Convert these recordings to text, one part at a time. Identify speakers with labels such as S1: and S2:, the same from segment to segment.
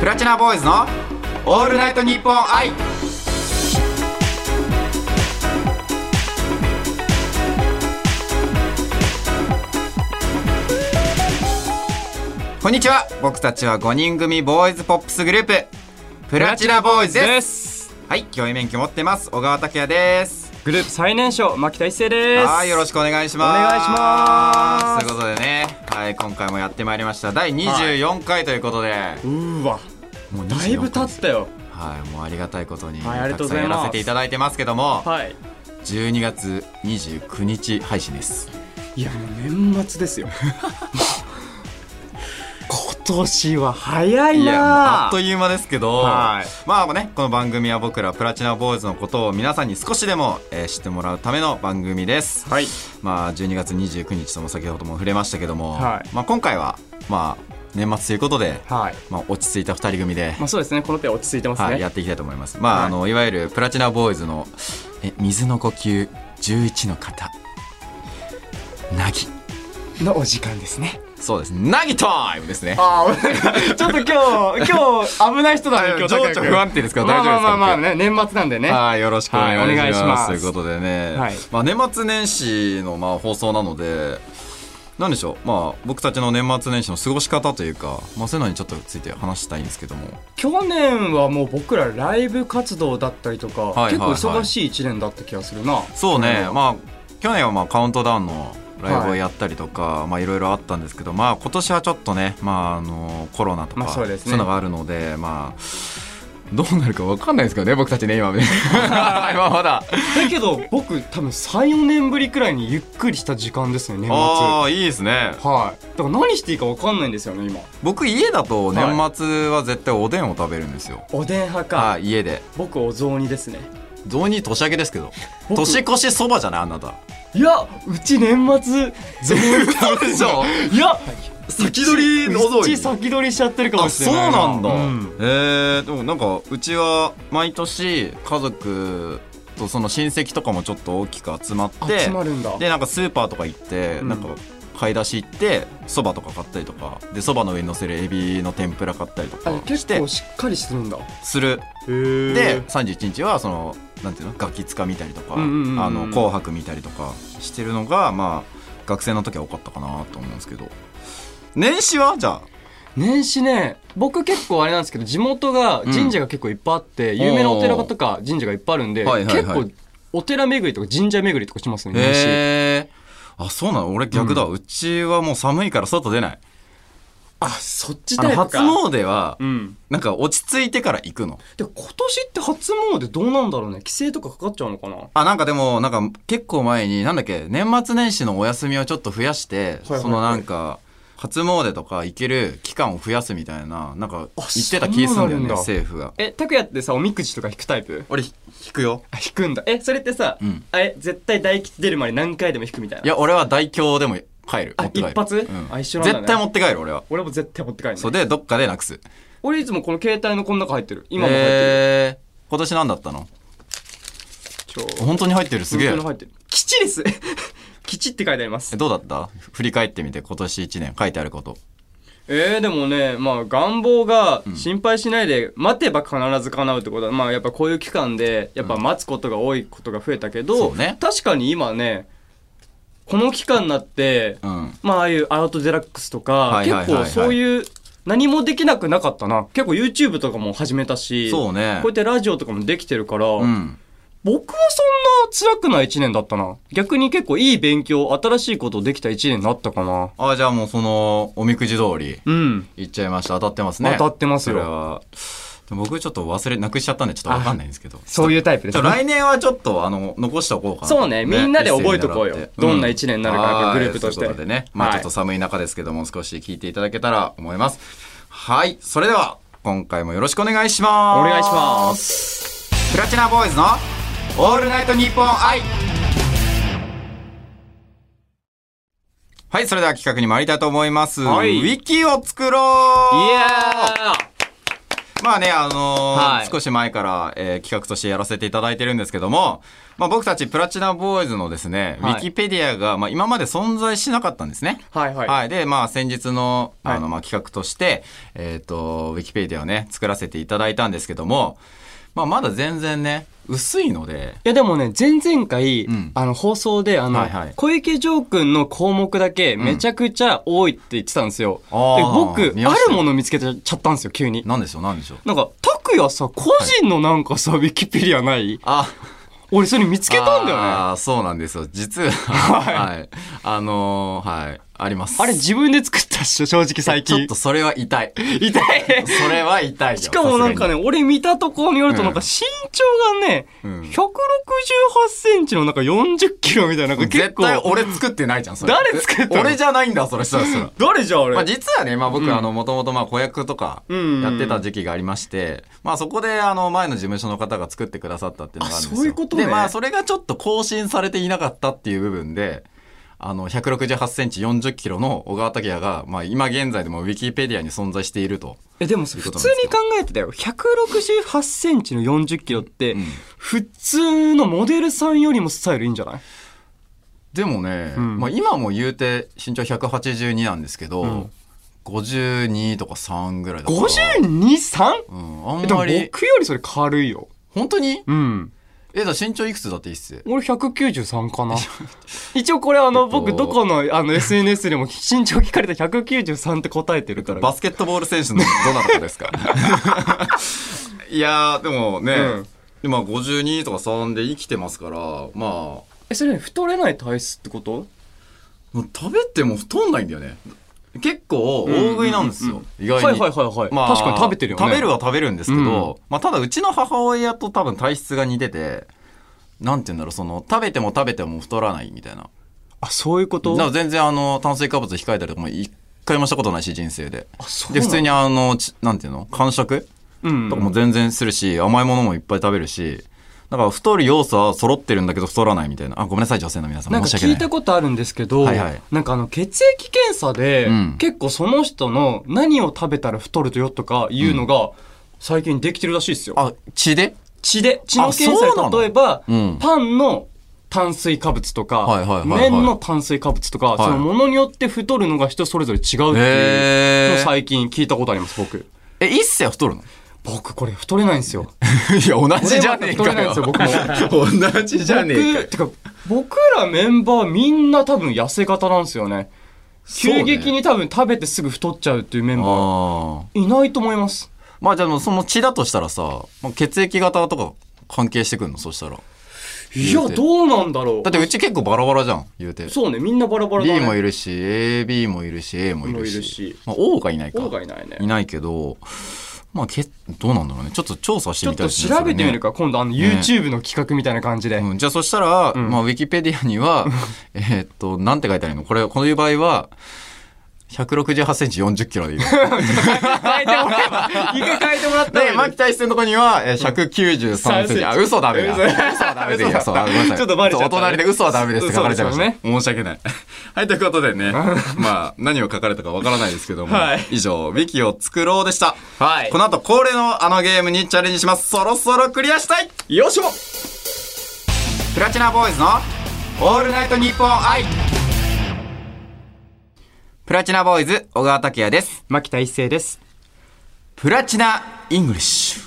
S1: プラチナボーイズのオールナイトニッポン愛こんにちは僕たちは5人組ボーイズポップスグループプラチナボーイズです
S2: す
S1: はい教員免許持ってます小川拓也です
S2: グループ最年少牧田一成です
S1: はいよろしくお願いします
S2: お願いします
S1: ということでねはい今回もやってまいりました第24回ということで、
S2: うーわ
S1: もう
S2: だいぶ経ったよ
S1: はい、もうありがたいことに、
S2: はいあり
S1: た
S2: がと
S1: く
S2: う
S1: さ
S2: ご
S1: んや
S2: ざいます
S1: らせていただいてますけども、
S2: はい
S1: 12月29日配信です。
S2: いやもう年 末ですよ今年は早い
S1: い
S2: な
S1: や、もうあっと
S2: い
S1: いう間ですけど、
S2: はい
S1: まあね、この番組は僕らプラチナボーイズのことを皆さんに少しでも、えー知ってもらうための番組です。
S2: はい
S1: まあ、12月29日とも先ほども触れましたけども、
S2: はい
S1: まあ今回は、まあ、年末ということで、
S2: はい
S1: まあ、落ち着いた2人組で、
S2: まあそうですねこの手は落ち着いてますね、
S1: はい、やっていきたいと思います。まあ、
S2: はい
S1: あの、いわゆるプラチナボーイズの、え、水の呼吸、11の方、なぎ。
S2: のお時間ですね
S1: そうですね。なぎタイムですね。
S2: ああちょっと今日今日危ない人だね今日
S1: 情緒不安定ですから
S2: ま
S1: 大
S2: あ
S1: 丈夫
S2: ま
S1: で
S2: あ
S1: すか
S2: まあまあね年末なんでね
S1: はい、よろしくお願いします。
S2: はいお願いします
S1: ということでね、
S2: はい
S1: まあ年末年始のまあ放送なので、なんでしょう、まあ僕たちの年末年始の過ごし方というか、まあそういうのにちょっとついて話したいんですけども、
S2: 去年はもう僕らライブ活動だったりとか、
S1: はいはいはい
S2: 結構忙しい1年だった気がするな
S1: そうね、
S2: ん
S1: まあ去年はまあカウントダウンのライブをやったりとか、い、まあいろいろあったんですけど、まあ今年はちょっとね、まああのコロナとか、
S2: まあそうですね
S1: いうのがあるので、まあどうなるかわかんないですけどね、僕たちね 今ね、 今まだ。
S2: だけど僕多分34年ぶりくらいにゆっくりした時間ですね年末
S1: ああいいですね。
S2: はいだから何していいか分かんないんですよね今
S1: 僕家だと年末は絶対おでんを食べるんですよ。
S2: おでん派か、
S1: はい、家で。
S2: 僕お雑煮ですね
S1: どうに年明けですけど。
S2: 僕
S1: 年越しそばじゃないあな た。
S2: いやうち年末
S1: 全部食べじゃん。
S2: いや
S1: 先取り
S2: う
S1: 覗
S2: ち
S1: いて。
S2: 先取りしちゃってるかも
S1: あ
S2: し
S1: そ
S2: れ
S1: う
S2: ない
S1: なんだ、
S2: うん
S1: えー、でもなんかうちは毎年家族とその親戚とかもちょっと大きく集まって
S2: 集まるんだ
S1: でなんかスーパーとか行って、
S2: うん
S1: なんか買い出し行ってそばとか買ったりとかでそばの上に乗せるエビの天ぷら買ったりとか
S2: あ
S1: し
S2: 結
S1: て
S2: 構しっかりしてるんだへ
S1: する
S2: え
S1: で31日はそのなんていうのガキ使見たりとか「あ
S2: うんうんうんうん
S1: の紅白」見たりとかしてるのがまあ学生の時は多かったかなと思うんですけど年始はじゃあ
S2: 年始ね僕結構あれなんですけど地元が
S1: うん
S2: 神社が結構いっぱいあって、有名なお寺
S1: おー
S2: とか神社がいっぱいあるんで、
S1: はいはいはい
S2: 結構お寺巡りとか神社巡りとかしますね年始、
S1: へえあそうなの俺逆だ、う
S2: う
S1: ちはもう寒いから外出ない
S2: あそっち
S1: あ
S2: タ
S1: の
S2: イプか
S1: 初詣は
S2: うん
S1: なんか落ち着いてから行くの
S2: で今年って初詣どうなんだろうね規制とかかかっちゃうのかな
S1: あなんかでもなんか結構前になんだっけ年末年始のお休みをちょっと増やして、
S2: はいはい
S1: そのなんか初詣とか行ける期間を増やすみたいななんか
S2: あ
S1: 言ってた気がするんだよね
S2: そうなんだ
S1: 政府が
S2: え拓也ってさおみくじとか引くタイプ
S1: 俺引くよ
S2: あ引くんだえそれってさ、
S1: うん
S2: あえ絶対大吉出るまで何回でも引くみたいない
S1: や俺は大凶でも帰る
S2: あ
S1: 持って帰る
S2: 一発
S1: うん
S2: あ一緒なんだね
S1: 絶対持って帰る俺は
S2: 俺も絶対持って帰る、ね、
S1: そうでどっかでなくす
S2: 俺いつもこの携帯のこの中入ってる今も入ってる、
S1: えー今年なんだったの
S2: ちょ
S1: 本当に入ってるすげえ
S2: 本当に入ってる基地です 基地って書いてあります
S1: えどうだった振り返ってみて今年1年書いてあること
S2: えー、でもね、まあ、願望が心配しないで待てば必ず叶うってことは、まあやっぱこういう期間でやっぱ待つことが多いことが増えたけど、
S1: そうね
S2: 確かに今ねこの期間になって、
S1: うん
S2: まあああいうアートデラックスとか、
S1: はいはいはいはい
S2: 結構そういう何もできなくなかったな結構 YouTube とかも始めたし
S1: そうね
S2: こうやってラジオとかもできてるから、
S1: うん
S2: 僕はそんな辛くない1年だったな逆に結構いい勉強新しいことできた1年になったかな
S1: あじゃあもうそのおみくじ通り
S2: うん
S1: いっちゃいました当たってますね
S2: 当たってます
S1: そ
S2: よ
S1: れはでも僕ちょっと忘れなくしちゃったんでちょっと分かんないんですけど
S2: そういうタイ
S1: ち
S2: プ
S1: ょ
S2: で
S1: っと
S2: す
S1: 来年はちょっとあの残しておこうかな
S2: そうねみんなで覚えとこうよ
S1: 一斉に習って
S2: どんな一年になるか
S1: うん
S2: グループとして
S1: はいそういうことでね、まあ、
S2: は
S1: ち
S2: い
S1: ょっと寒い中ですけども少し聞いていただけたら思いますはいそれでは今回もよろしくお願いします
S2: お願いします
S1: プラチナボーイズのオールナイトニッポン愛はい、それでは企画に参りたいと思います。
S2: はい
S1: ウィキを作ろう
S2: イエー
S1: まあね、あのー
S3: はい
S1: 少し前から、えー企画としてやらせていただいてるんですけども、まあ、僕たちプラチナボーイズのですね、
S3: はい
S1: ウィキペディアが、まあ、今まで存在しなかったんですね。
S2: はいはい
S1: で、まあ、先日の、あ
S2: は
S1: の、まあ、企画として、えっ、と、ウィキペディアをね、作らせていただいたんですけども、まあ、まだ全然ね、薄いので、
S2: いやでもね、前々回、
S1: うん
S2: あの放送で、あの、
S1: はいはい
S2: 小池城くんの項目だけめちゃくちゃ多いって言ってたんですよ。で
S1: あー
S2: 僕、
S1: 見ま
S2: あ
S1: した
S2: るもの見つけちゃったんですよ、急に。
S1: なんでしょう、なんでしょう。
S2: なんか、拓也さ、個人のなんかさ、ウィキペディアない
S1: あ、
S2: 俺それ見つけたんだよね。あ
S1: あーそうなんですよ。実は、 はい、あのーはい、あります。
S2: れ自分で作ったっしょ、正直最
S1: ちょ
S2: 近
S1: っと。それは痛 い。
S2: 痛い。
S1: それは痛いよ。
S2: しかもなんかね、
S1: さ
S2: 俺見たところによると、
S1: うん
S2: なんか身長がね、
S1: うん
S2: 168センチのなんか40キロみたいな、なんか
S1: すがに、
S2: 結
S1: 絶
S2: 構。
S1: 対俺作ってないじゃん、それ。
S2: 誰作ったの
S1: 俺じゃないんだ、それしたらそれ。
S2: 誰じゃん、あれ。
S1: まあ実はね、まあ僕、
S2: うん
S1: あの、もともとまあ子役とか
S2: うん
S1: やってた時期がありまして、まあそこであの、前の事務所の方が作ってくださったっていうのがあるんですよ。
S2: あそういうことね
S1: で、まあそれがちょっと更新されていなかったっていう部分で、あの、168センチ40キロの小川拓也が、まあ今現在でもウィキペディアに存在していると。
S2: えでも
S1: という
S2: 普
S1: こと
S2: 通
S1: なんです
S2: に
S1: け
S2: 考えてたよ168センチの40キロって、
S1: うん
S2: 普通のモデルさんよりもスタイルいいんじゃない
S1: でもね、
S2: うん
S1: まあ今も言うて身長182なんですけど、
S2: ん
S1: 52とか3ぐらいだから。
S2: 523?
S1: うん、あん
S2: でも
S1: まり。
S2: 僕よりそれ軽いよ
S1: 本当に
S2: うん
S1: え、だから身長いくつだっていいっす
S2: 俺193かな 一応これあ
S1: え
S2: の、
S1: っと
S2: 僕どこのあの SNS でも身長聞かれた193って答えてるから
S1: バスケットボール選手のどなたかですか いやー、でもね、
S2: うん
S1: 今52とか3で生きてますから、まあ、
S2: えそれ太れない体質ってこと
S1: もう食べても太んないんだよね。結構大食いなんですよ、
S2: うんうん
S1: 意
S2: はい
S1: 外
S2: はい
S1: に。
S2: はいはい、
S1: まあ、
S2: 確かに食べてるよね
S1: 食べるは食べるんですけど、
S2: う
S1: まあ、ただうちの母親と多分体質が似てて、なんて言うんだろう、その、食べても食べても太らないみたいな。
S2: あそういうこ
S1: だ
S2: と
S1: から全然あの、炭水化物控えたりとかも一回もしたことないし、人生で。
S2: あそう
S1: で、
S2: なの
S1: 普通にあの、ちなんていうの間食
S2: うん
S1: とかも全然するし、甘いものもいっぱい食べるし、だから太る要素は揃ってるんだけど太らないみたいな。あ、ごめんなさい、女性の皆さん。
S2: なんか
S1: 申し訳
S2: 聞
S1: ない
S2: いたことあるんですけど、
S1: はいはい
S2: なんかあの血液検査で、
S1: うん
S2: 結構その人の何を食べたら太るとよとかいうのが最近できてるらしいですよ。
S1: あ、血で
S2: 血で、血の検
S1: あ
S2: 査
S1: そうな
S2: で
S1: の
S2: 例えば、
S1: うん
S2: パンの炭水化物とか、
S1: はいはいはいはい
S2: 麺の炭水化物とか、
S1: い
S2: そのものによって太るのが人それぞれ違うっていうのを
S1: へー
S2: 最近聞いたことあります、僕。
S1: え、一世は太るの
S2: 僕これ太 れないんですよ。
S1: いや、同じじゃねえか
S2: 俺も
S1: よ。
S2: 太れないんです
S1: 僕も。 同じじゃねえか
S2: 僕、
S1: よ。
S2: てか、僕らメンバーみんな多分痩せ型なんですよね。急激に多分食べてすぐ太っちゃうっていうメンバー
S1: ああ。
S2: いないと思います
S1: まあじゃあもうその血だとしたらさ、まあ、血液型とか関係してくるのそしたら。だ
S2: いやどうなんだろう
S1: ってうち結構バラバラじゃん、言うて。
S2: そうねみんなバラバラだ、ね、
S1: B もいるし、AB もいるし、A もいるし。
S2: もいるし
S1: まあ O がいないか。
S2: 王がいないね
S1: いないけど、まあけ、どうなんだろうね。ちょっと調査して
S2: ちょっ
S1: みたい
S2: と
S1: ですね。
S2: 調べてみ
S1: それね
S2: るか、今度あの YouTube の企画みたいな感じ で、
S1: うん、じゃあそしたら、
S2: ん
S1: まあ、ウィキペディアに は、えーっと、なんて書いてあるのこれ、このいう場合は、168センチ40キロでいいの。
S2: 変えてもらえば一回変えてもらったらい
S1: で、
S2: い
S1: 牧田一戦のとこには、えー193センチ。あ、嘘ダメだ。
S2: 嘘
S1: 嘘はダメでいいよ。
S2: 嘘
S1: そう、
S2: だ
S1: あごめんなさい。
S2: ちょっとバレちゃったね
S1: お隣で嘘はダメですって書かれちゃいました。
S2: そうで
S1: 申し訳ない。 はい、ということで ね、まあ、何を書かれたかわからないですけども、
S2: はい
S1: 以上、ウィキを作ろうでした。
S2: はい
S1: この後、恒例のあのゲームにチャレンジします。そろそろクリアしたい
S2: よいしょ
S1: プラチナボーイズのオールナイトニッポン愛プラチナボーイズ小川拓也です
S2: 牧田一成です
S1: プラチナイングリッシ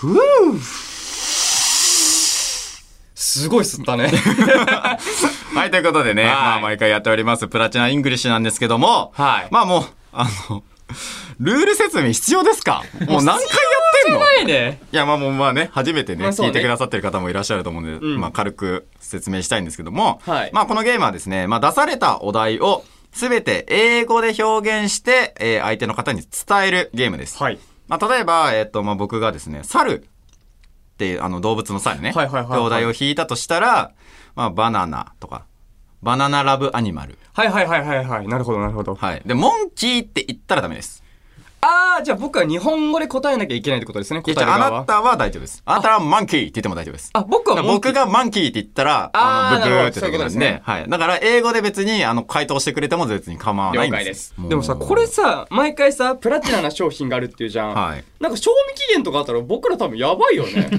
S1: ュ
S2: すごい吸ったね
S1: はいということでね、
S2: はい
S1: まあ毎回やっておりますプラチナイングリッシュなんですけども、
S2: はい
S1: まあもうあのルール説明必要です かもう何回やってんの
S2: ないね
S1: いや、まあもうまあね、初めてね、
S2: まあそうね
S1: 聞いてくださってる方もいらっしゃると思うんで、まあ軽く説明したいんですけども、
S2: はい
S1: まあこのゲームはですね、まあ出されたお題をすべて英語で表現して、えー相手の方に伝えるゲームです。
S2: はい
S1: まあ例えば、えっ、と、まあ僕がですね、猿っていう、あの動物の猿ね、
S2: はいはいはいはい
S1: ってお題を引いたとしたら、まあバナナとか、バナナラブアニマル。
S2: はいはいはいはいはいなるほどなるほど
S1: はい。で、モンキーって言ったらダメです。
S2: ああ、じゃあ僕は日本語で答えなきゃいけないってことですね、
S1: い
S2: 答え
S1: や
S2: る
S1: じゃあ
S2: 側
S1: あな
S2: は。
S1: たは大丈夫です。あなたはマンキーって言っても大丈夫です。
S2: あ、僕はモンキー
S1: 僕がマンキーって言ったら、
S2: あー
S1: のブブー
S2: なるほど
S1: ってとこなんで、
S2: そういうことですね
S1: はい。だから、英語で別に、あの、回答してくれても別に構わないんです。
S2: でもさ、これ、さ、毎回さ、プラチナな商品があるっていうじゃん。
S1: はい。
S2: なんか賞味期限とかあったら僕ら多分やばいよ ね。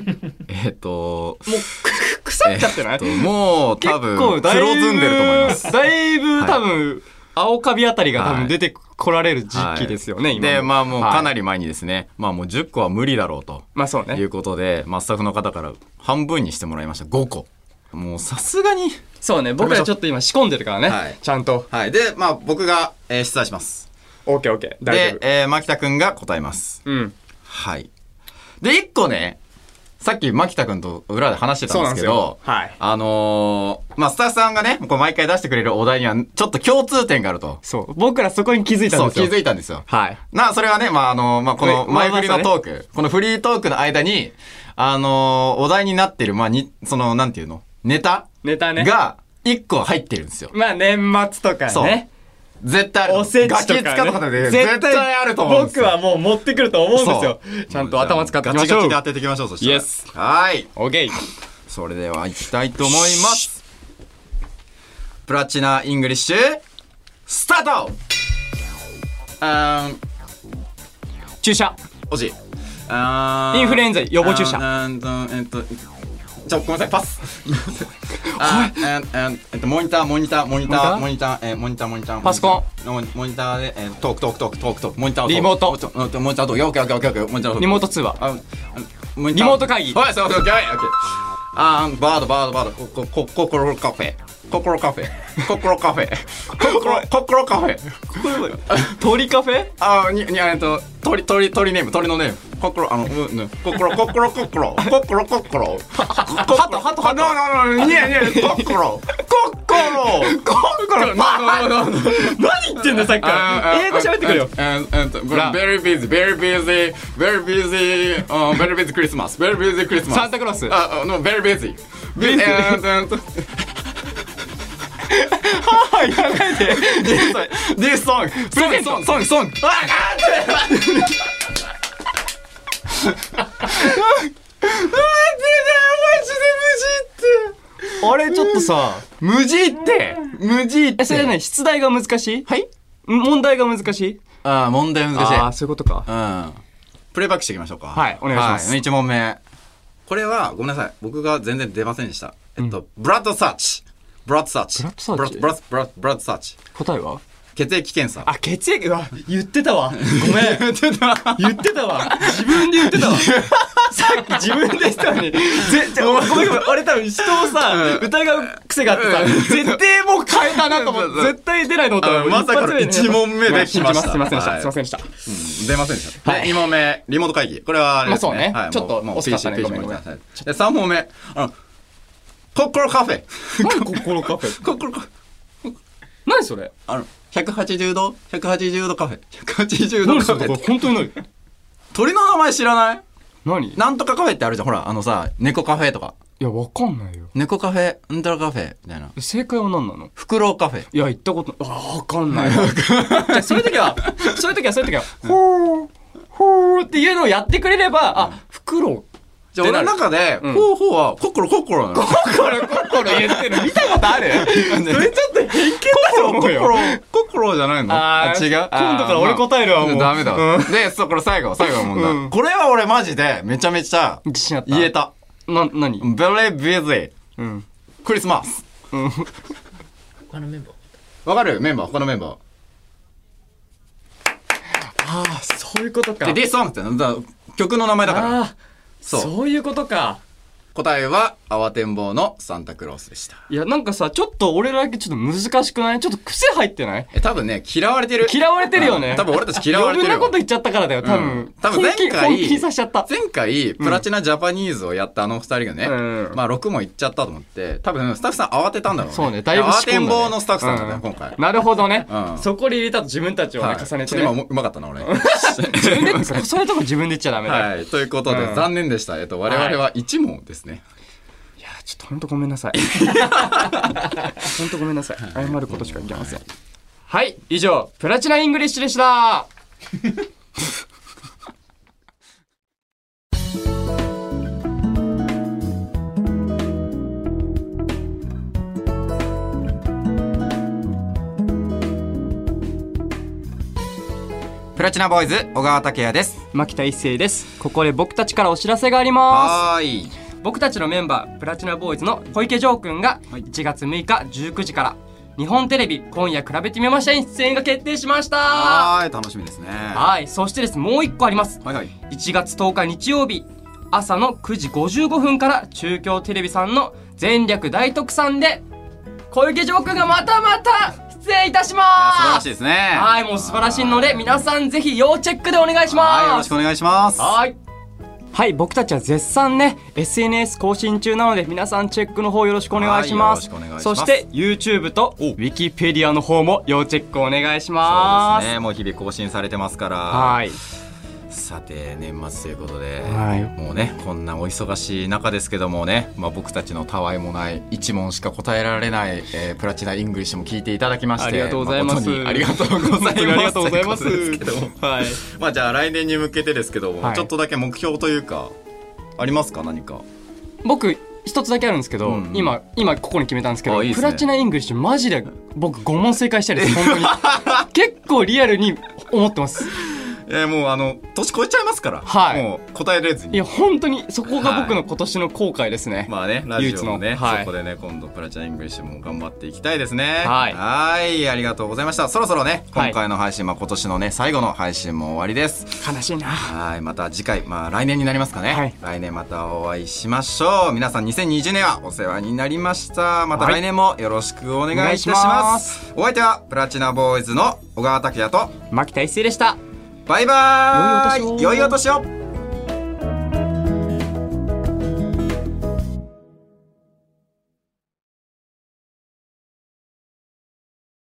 S1: えっ、 と、
S2: もうく、腐っちゃってない、
S1: えっともう、多分、黒ずんでると思います。
S2: だいぶ
S1: い
S2: 多分、青カビあたりが多
S1: は
S2: 分
S1: い
S2: 出てこられる時期ですよね、
S1: はい
S2: 今の。
S1: で、まあもうかな
S2: り。
S1: り前にですね、まあもう10個は無理だろうと
S2: まあそうね
S1: い。うことで、まあスタッフの方から半分にしてもらいました、5個。もうさすがに。
S2: そうね、僕らちょっと今仕込んでるからね。
S1: はい
S2: ちゃんと。
S1: はい。で、まあ僕が、えー出題します。
S2: オッケーオッケー。大
S1: で
S2: 丈、夫。
S1: えー、牧田くんが答えます。
S2: うん。
S1: はい。で、1個ね、さっき牧田くんと裏で話してた
S2: そうん
S1: で
S2: なん
S1: すけ
S2: です
S1: ど
S2: よ。、はい。
S1: あのーまあスタッフさんがね、こう毎回出してくれるお題にはちょっと共通点があると。
S2: そう。僕らそこに気づいた
S1: そ
S2: ん
S1: う、
S2: です
S1: 気
S2: よ。
S1: づいたんですよ。
S2: はい。
S1: な、それはね、まあ、あの、まあ、この
S2: まあ
S1: 前振りのトーク、このフリートークの間に、あのお題になってる、まあ、に、その、なんていうのネタ
S2: ネタね。
S1: が、一個入ってるんですよ。
S2: まあ年末とか
S1: そう
S2: ね。
S1: 絶対ある。
S2: おせちとか、ね。
S1: ガキ使った方で、絶対あると思うんです
S2: 僕
S1: よ。
S2: はもう持ってくると思うんですよ
S1: そう。
S2: ちゃんと頭使っていきまし
S1: ガ
S2: ょ
S1: チガチ
S2: う
S1: で。当てていきましょう、そしたら。
S2: Yes
S1: はーい。
S2: オッケー。
S1: それでは、いきたいと思います。プラチナ・イングリッシュ、スタートうーん、
S2: 注射。
S1: 惜しい。うーん
S2: インフルエンザ予防注射。
S1: あーうーんとえっとちょごめんなさいパ スあえーえーえっとモニターモニターモニターモ
S2: モ
S1: ニターえーモニターモニター
S2: パソコ
S1: ンモニモニターでえートークトークトークトークトークモニターを
S2: リモート
S1: トークモニターをトークオッケーオッケーオッケーオッケーモニターをトーク
S2: リモート 通話。
S1: ああモニタ
S2: リモート会議
S1: はいそうそうオッケーオッケーあーバードバードバードこここココロカフェココロカフェココロ カフェココロココロカフェ
S2: 鳥カフェ
S1: あーににえっと鳥鳥鳥ネーム鳥のネームココロあのうんうんココロココロココロココロココロハトハトハトハトハトニヤニヤココロココロココロ
S2: 何言ってんだよさっきから。英語喋ってくれよ。ラ
S1: Very busy, very busy, very busy, uh, very busy Christmas, very busy Christmas.
S2: サンタクロース。
S1: あ、あの、very busy. Busy.
S2: あ、やばいで。
S1: This song, present song, song, song.
S2: あれ、ちょっとさ。
S1: 無事って無事って
S2: え、それね、出題が難しい
S1: はい
S2: 問題が難しい
S1: ああ、問題難しい。
S2: ああ、そういうことか。
S1: うん。プレイバックしていきましょうか。
S2: はいお願いします
S1: は1問目。これは、ごめんなさい。僕が全然出ませんでした。えっと、ブラッドサーチ。ブラッドサーチ。
S2: ブラッドサーチ
S1: ブラッドブラッドブラッドサーチ。
S2: 答えは
S1: 血液検査。
S2: あ、血液、うわ、言ってたわ。ごめん。言ってた。言ってたわ。自分で言ってたわ。さっき自分でしたのに。ぜ、じゃ、ごめんごめん。俺多分人をさ、疑う癖があってさ、絶対もう変えたなと思って、絶対出ないと思った
S1: あまさかの一問目で来ました
S2: すいませんでし
S1: は
S2: た。
S1: い
S2: すいませんで した。
S1: 出ませんでした。はい、2問目、リモート会議。これはあれです、ね、
S2: まあそうね
S1: はい、
S2: ちょっと
S1: もうもう
S2: 惜しかったね
S1: PC
S2: ごめん
S1: PC ご
S2: ごめん
S1: めんなさいで、3問目、あの、コッコロカフェ。
S2: 何ここのカフェ
S1: コッコロカフェ。
S2: 何それ
S1: あの、180度 ?180 度カフェ。180度
S2: 何
S1: カ
S2: そ
S1: フ
S2: れ
S1: ェ
S2: これ。本当にない
S1: 鳥の名前知らない
S2: 何い
S1: なんとかカフェってあるじゃん。ほら、あのさ、猫カフェとか。
S2: や、わかんないよ。
S1: 猫カフェ、うんたらカフェ、みたいな。
S2: 正解は何なの
S1: フクロウカフェ。
S2: いや、行ったこと、あ、わか んない。じゃあそういう時は、そういう時は、そういう時は、ほー、ほーっていうのをやってくれれば、あ、フクロウ。
S1: じゃあ俺の中で、ほうほうは、コッコロコッコロなの。コ
S2: ココロココロ言ってるの見たことある それちょっと偏見だと
S1: コ
S2: 思う
S1: ッコ
S2: よ
S1: ロ。、コッコロじゃないの
S2: あー
S1: 違う。
S2: 今度から俺答えるわ
S1: あーまあ
S2: も
S1: ダメ
S2: う
S1: だわ
S2: う。
S1: で、そう、これ最後、最後の問
S2: う
S1: 題。
S2: ん
S1: これは俺マジで、めちゃめちゃ、
S2: 自信あった。
S1: 言え。た。
S2: な、なに
S1: very busy
S2: うん。
S1: クリスマス。
S3: 他のメンバー
S1: わかるメンバー、他のメンバ
S2: ああ、そういうことか。
S1: ー。で、this song ってなんだ、曲の名前だから。
S2: ああ、
S1: そう。
S2: そういうことか。
S1: 答えは、慌てんぼうのサンタクロースでした。
S2: いや、なんかさ、ちょっと俺らだけちょっと難しくないちょっと癖入ってない
S1: え、多分ね、嫌われてる。
S2: 嫌われてるよね
S1: うん多分俺たち嫌われてるよ。
S2: 余分なこと言っちゃったからだよ、多分。
S1: うん多分前回
S2: 本気、本気にさせちゃった。
S1: 前回、プラチナジャパニーズをやったあの二人がね、
S2: うん
S1: まあ6もいっちゃったと思って、多分スタッフさん慌てたんだろうね。
S2: そうね、だいぶ仕
S1: 慌て
S2: 込ん
S1: ん
S2: だ、ね、
S1: ぼうのスタッフさんだったね、
S2: う
S1: 今回。
S2: なるほどね、
S1: うん
S2: そこで入れたと自分たちをね、
S1: はい
S2: 重ねて
S1: ちょっと今う
S2: ね。
S1: まうまかったな、 俺。
S2: 自分で、そそういうとこ自分で言っちゃダメだよ。い、
S1: はい、ということで、
S2: うん
S1: 残念でした。えっと、我々は1問ですね。
S2: や、ちょっと本当ごめんなさい。 本当ごめんなさい。謝ることしかいけません。はい、以上、プラチナイングリッシュでした。
S4: プラチナボーイズ小川拓也です
S2: 牧田一成ですここで僕たちからお知らせがありま
S1: はーい
S2: す僕たちのメンバープラチナボーイズの小池城くんが1月6日19時から日本テレビ今夜比べてみましたに出演が決定しましたは
S1: はーい楽しみですねはい
S2: そしてですもう一個あります
S1: いはい
S2: 1月10日日曜日朝の9時55分から中京テレビさんの全略大特産で小池城君がまたまた出演いたし
S1: 素晴
S2: ま
S1: ら
S2: す
S1: しいですね
S2: はいもう素晴らしいので皆さんぜひ要チェックでお願いし
S1: はいよ
S2: ま
S1: ろし
S2: す
S1: くお願いします
S2: はいはい僕たちは絶賛ね SNS 更新中なので皆さんチェックの方よろしくお願いします
S1: はいよろしくお願いします
S2: そして YouTube と
S1: お
S2: Wikipedia の方も要チェックお願いし
S1: そ
S2: ま
S1: うですすねもう日々更新されてますから
S2: はい
S1: さて年末ということで、
S2: はい
S1: もうねこんなお忙しい中ですけどもね、まあ、僕たちのたわいもない一問しか答えられない、えープラチナイングリッシュも聞いていただきまして
S2: ありがとうございます
S1: 誠にありがとうございます
S2: 本当にありがとうございます
S1: とうことですけども
S2: はい
S1: まあじゃあ来年に向けてですけども、
S2: はい
S1: ちょっとだけ目標というかありますか何か
S2: 僕一つだけあるんですけど、
S1: うんうん
S2: 今今ここに決めたんですけど
S1: あいいっす
S2: プ
S1: ね
S2: ラチナイングリッシュマジで僕5問正解したい です本当に結構リアルに思ってます
S1: えーもうあの年越えちゃいますから、
S2: はい
S1: もう答えれず
S2: い
S1: に
S2: や本当にそこが僕の今年の後悔です ね、
S1: まあね、ラジオも
S2: 唯
S1: ね、
S2: 一のはい
S1: そこでね、今度プラチナイングリッシュも頑張っていきたいですね。
S2: はい
S1: はいありがとうございました。そろそろね、
S2: はい
S1: 今回の配信、まあ今年のね、最後の配信も終わりです。
S2: 悲しいな
S1: はい、また次回、まあ来年になりますかね。
S2: はい
S1: 来年またお会いしましょう。皆さん2020年はお世話になりました。また
S2: はい
S1: 来年もよろしくお願いいたします。
S2: お願いしま
S1: お相手は、プラチナボーイズの小川拓也と、
S2: 牧田一成でした
S1: バイバーイ
S2: 良いお年を
S1: 良いお年を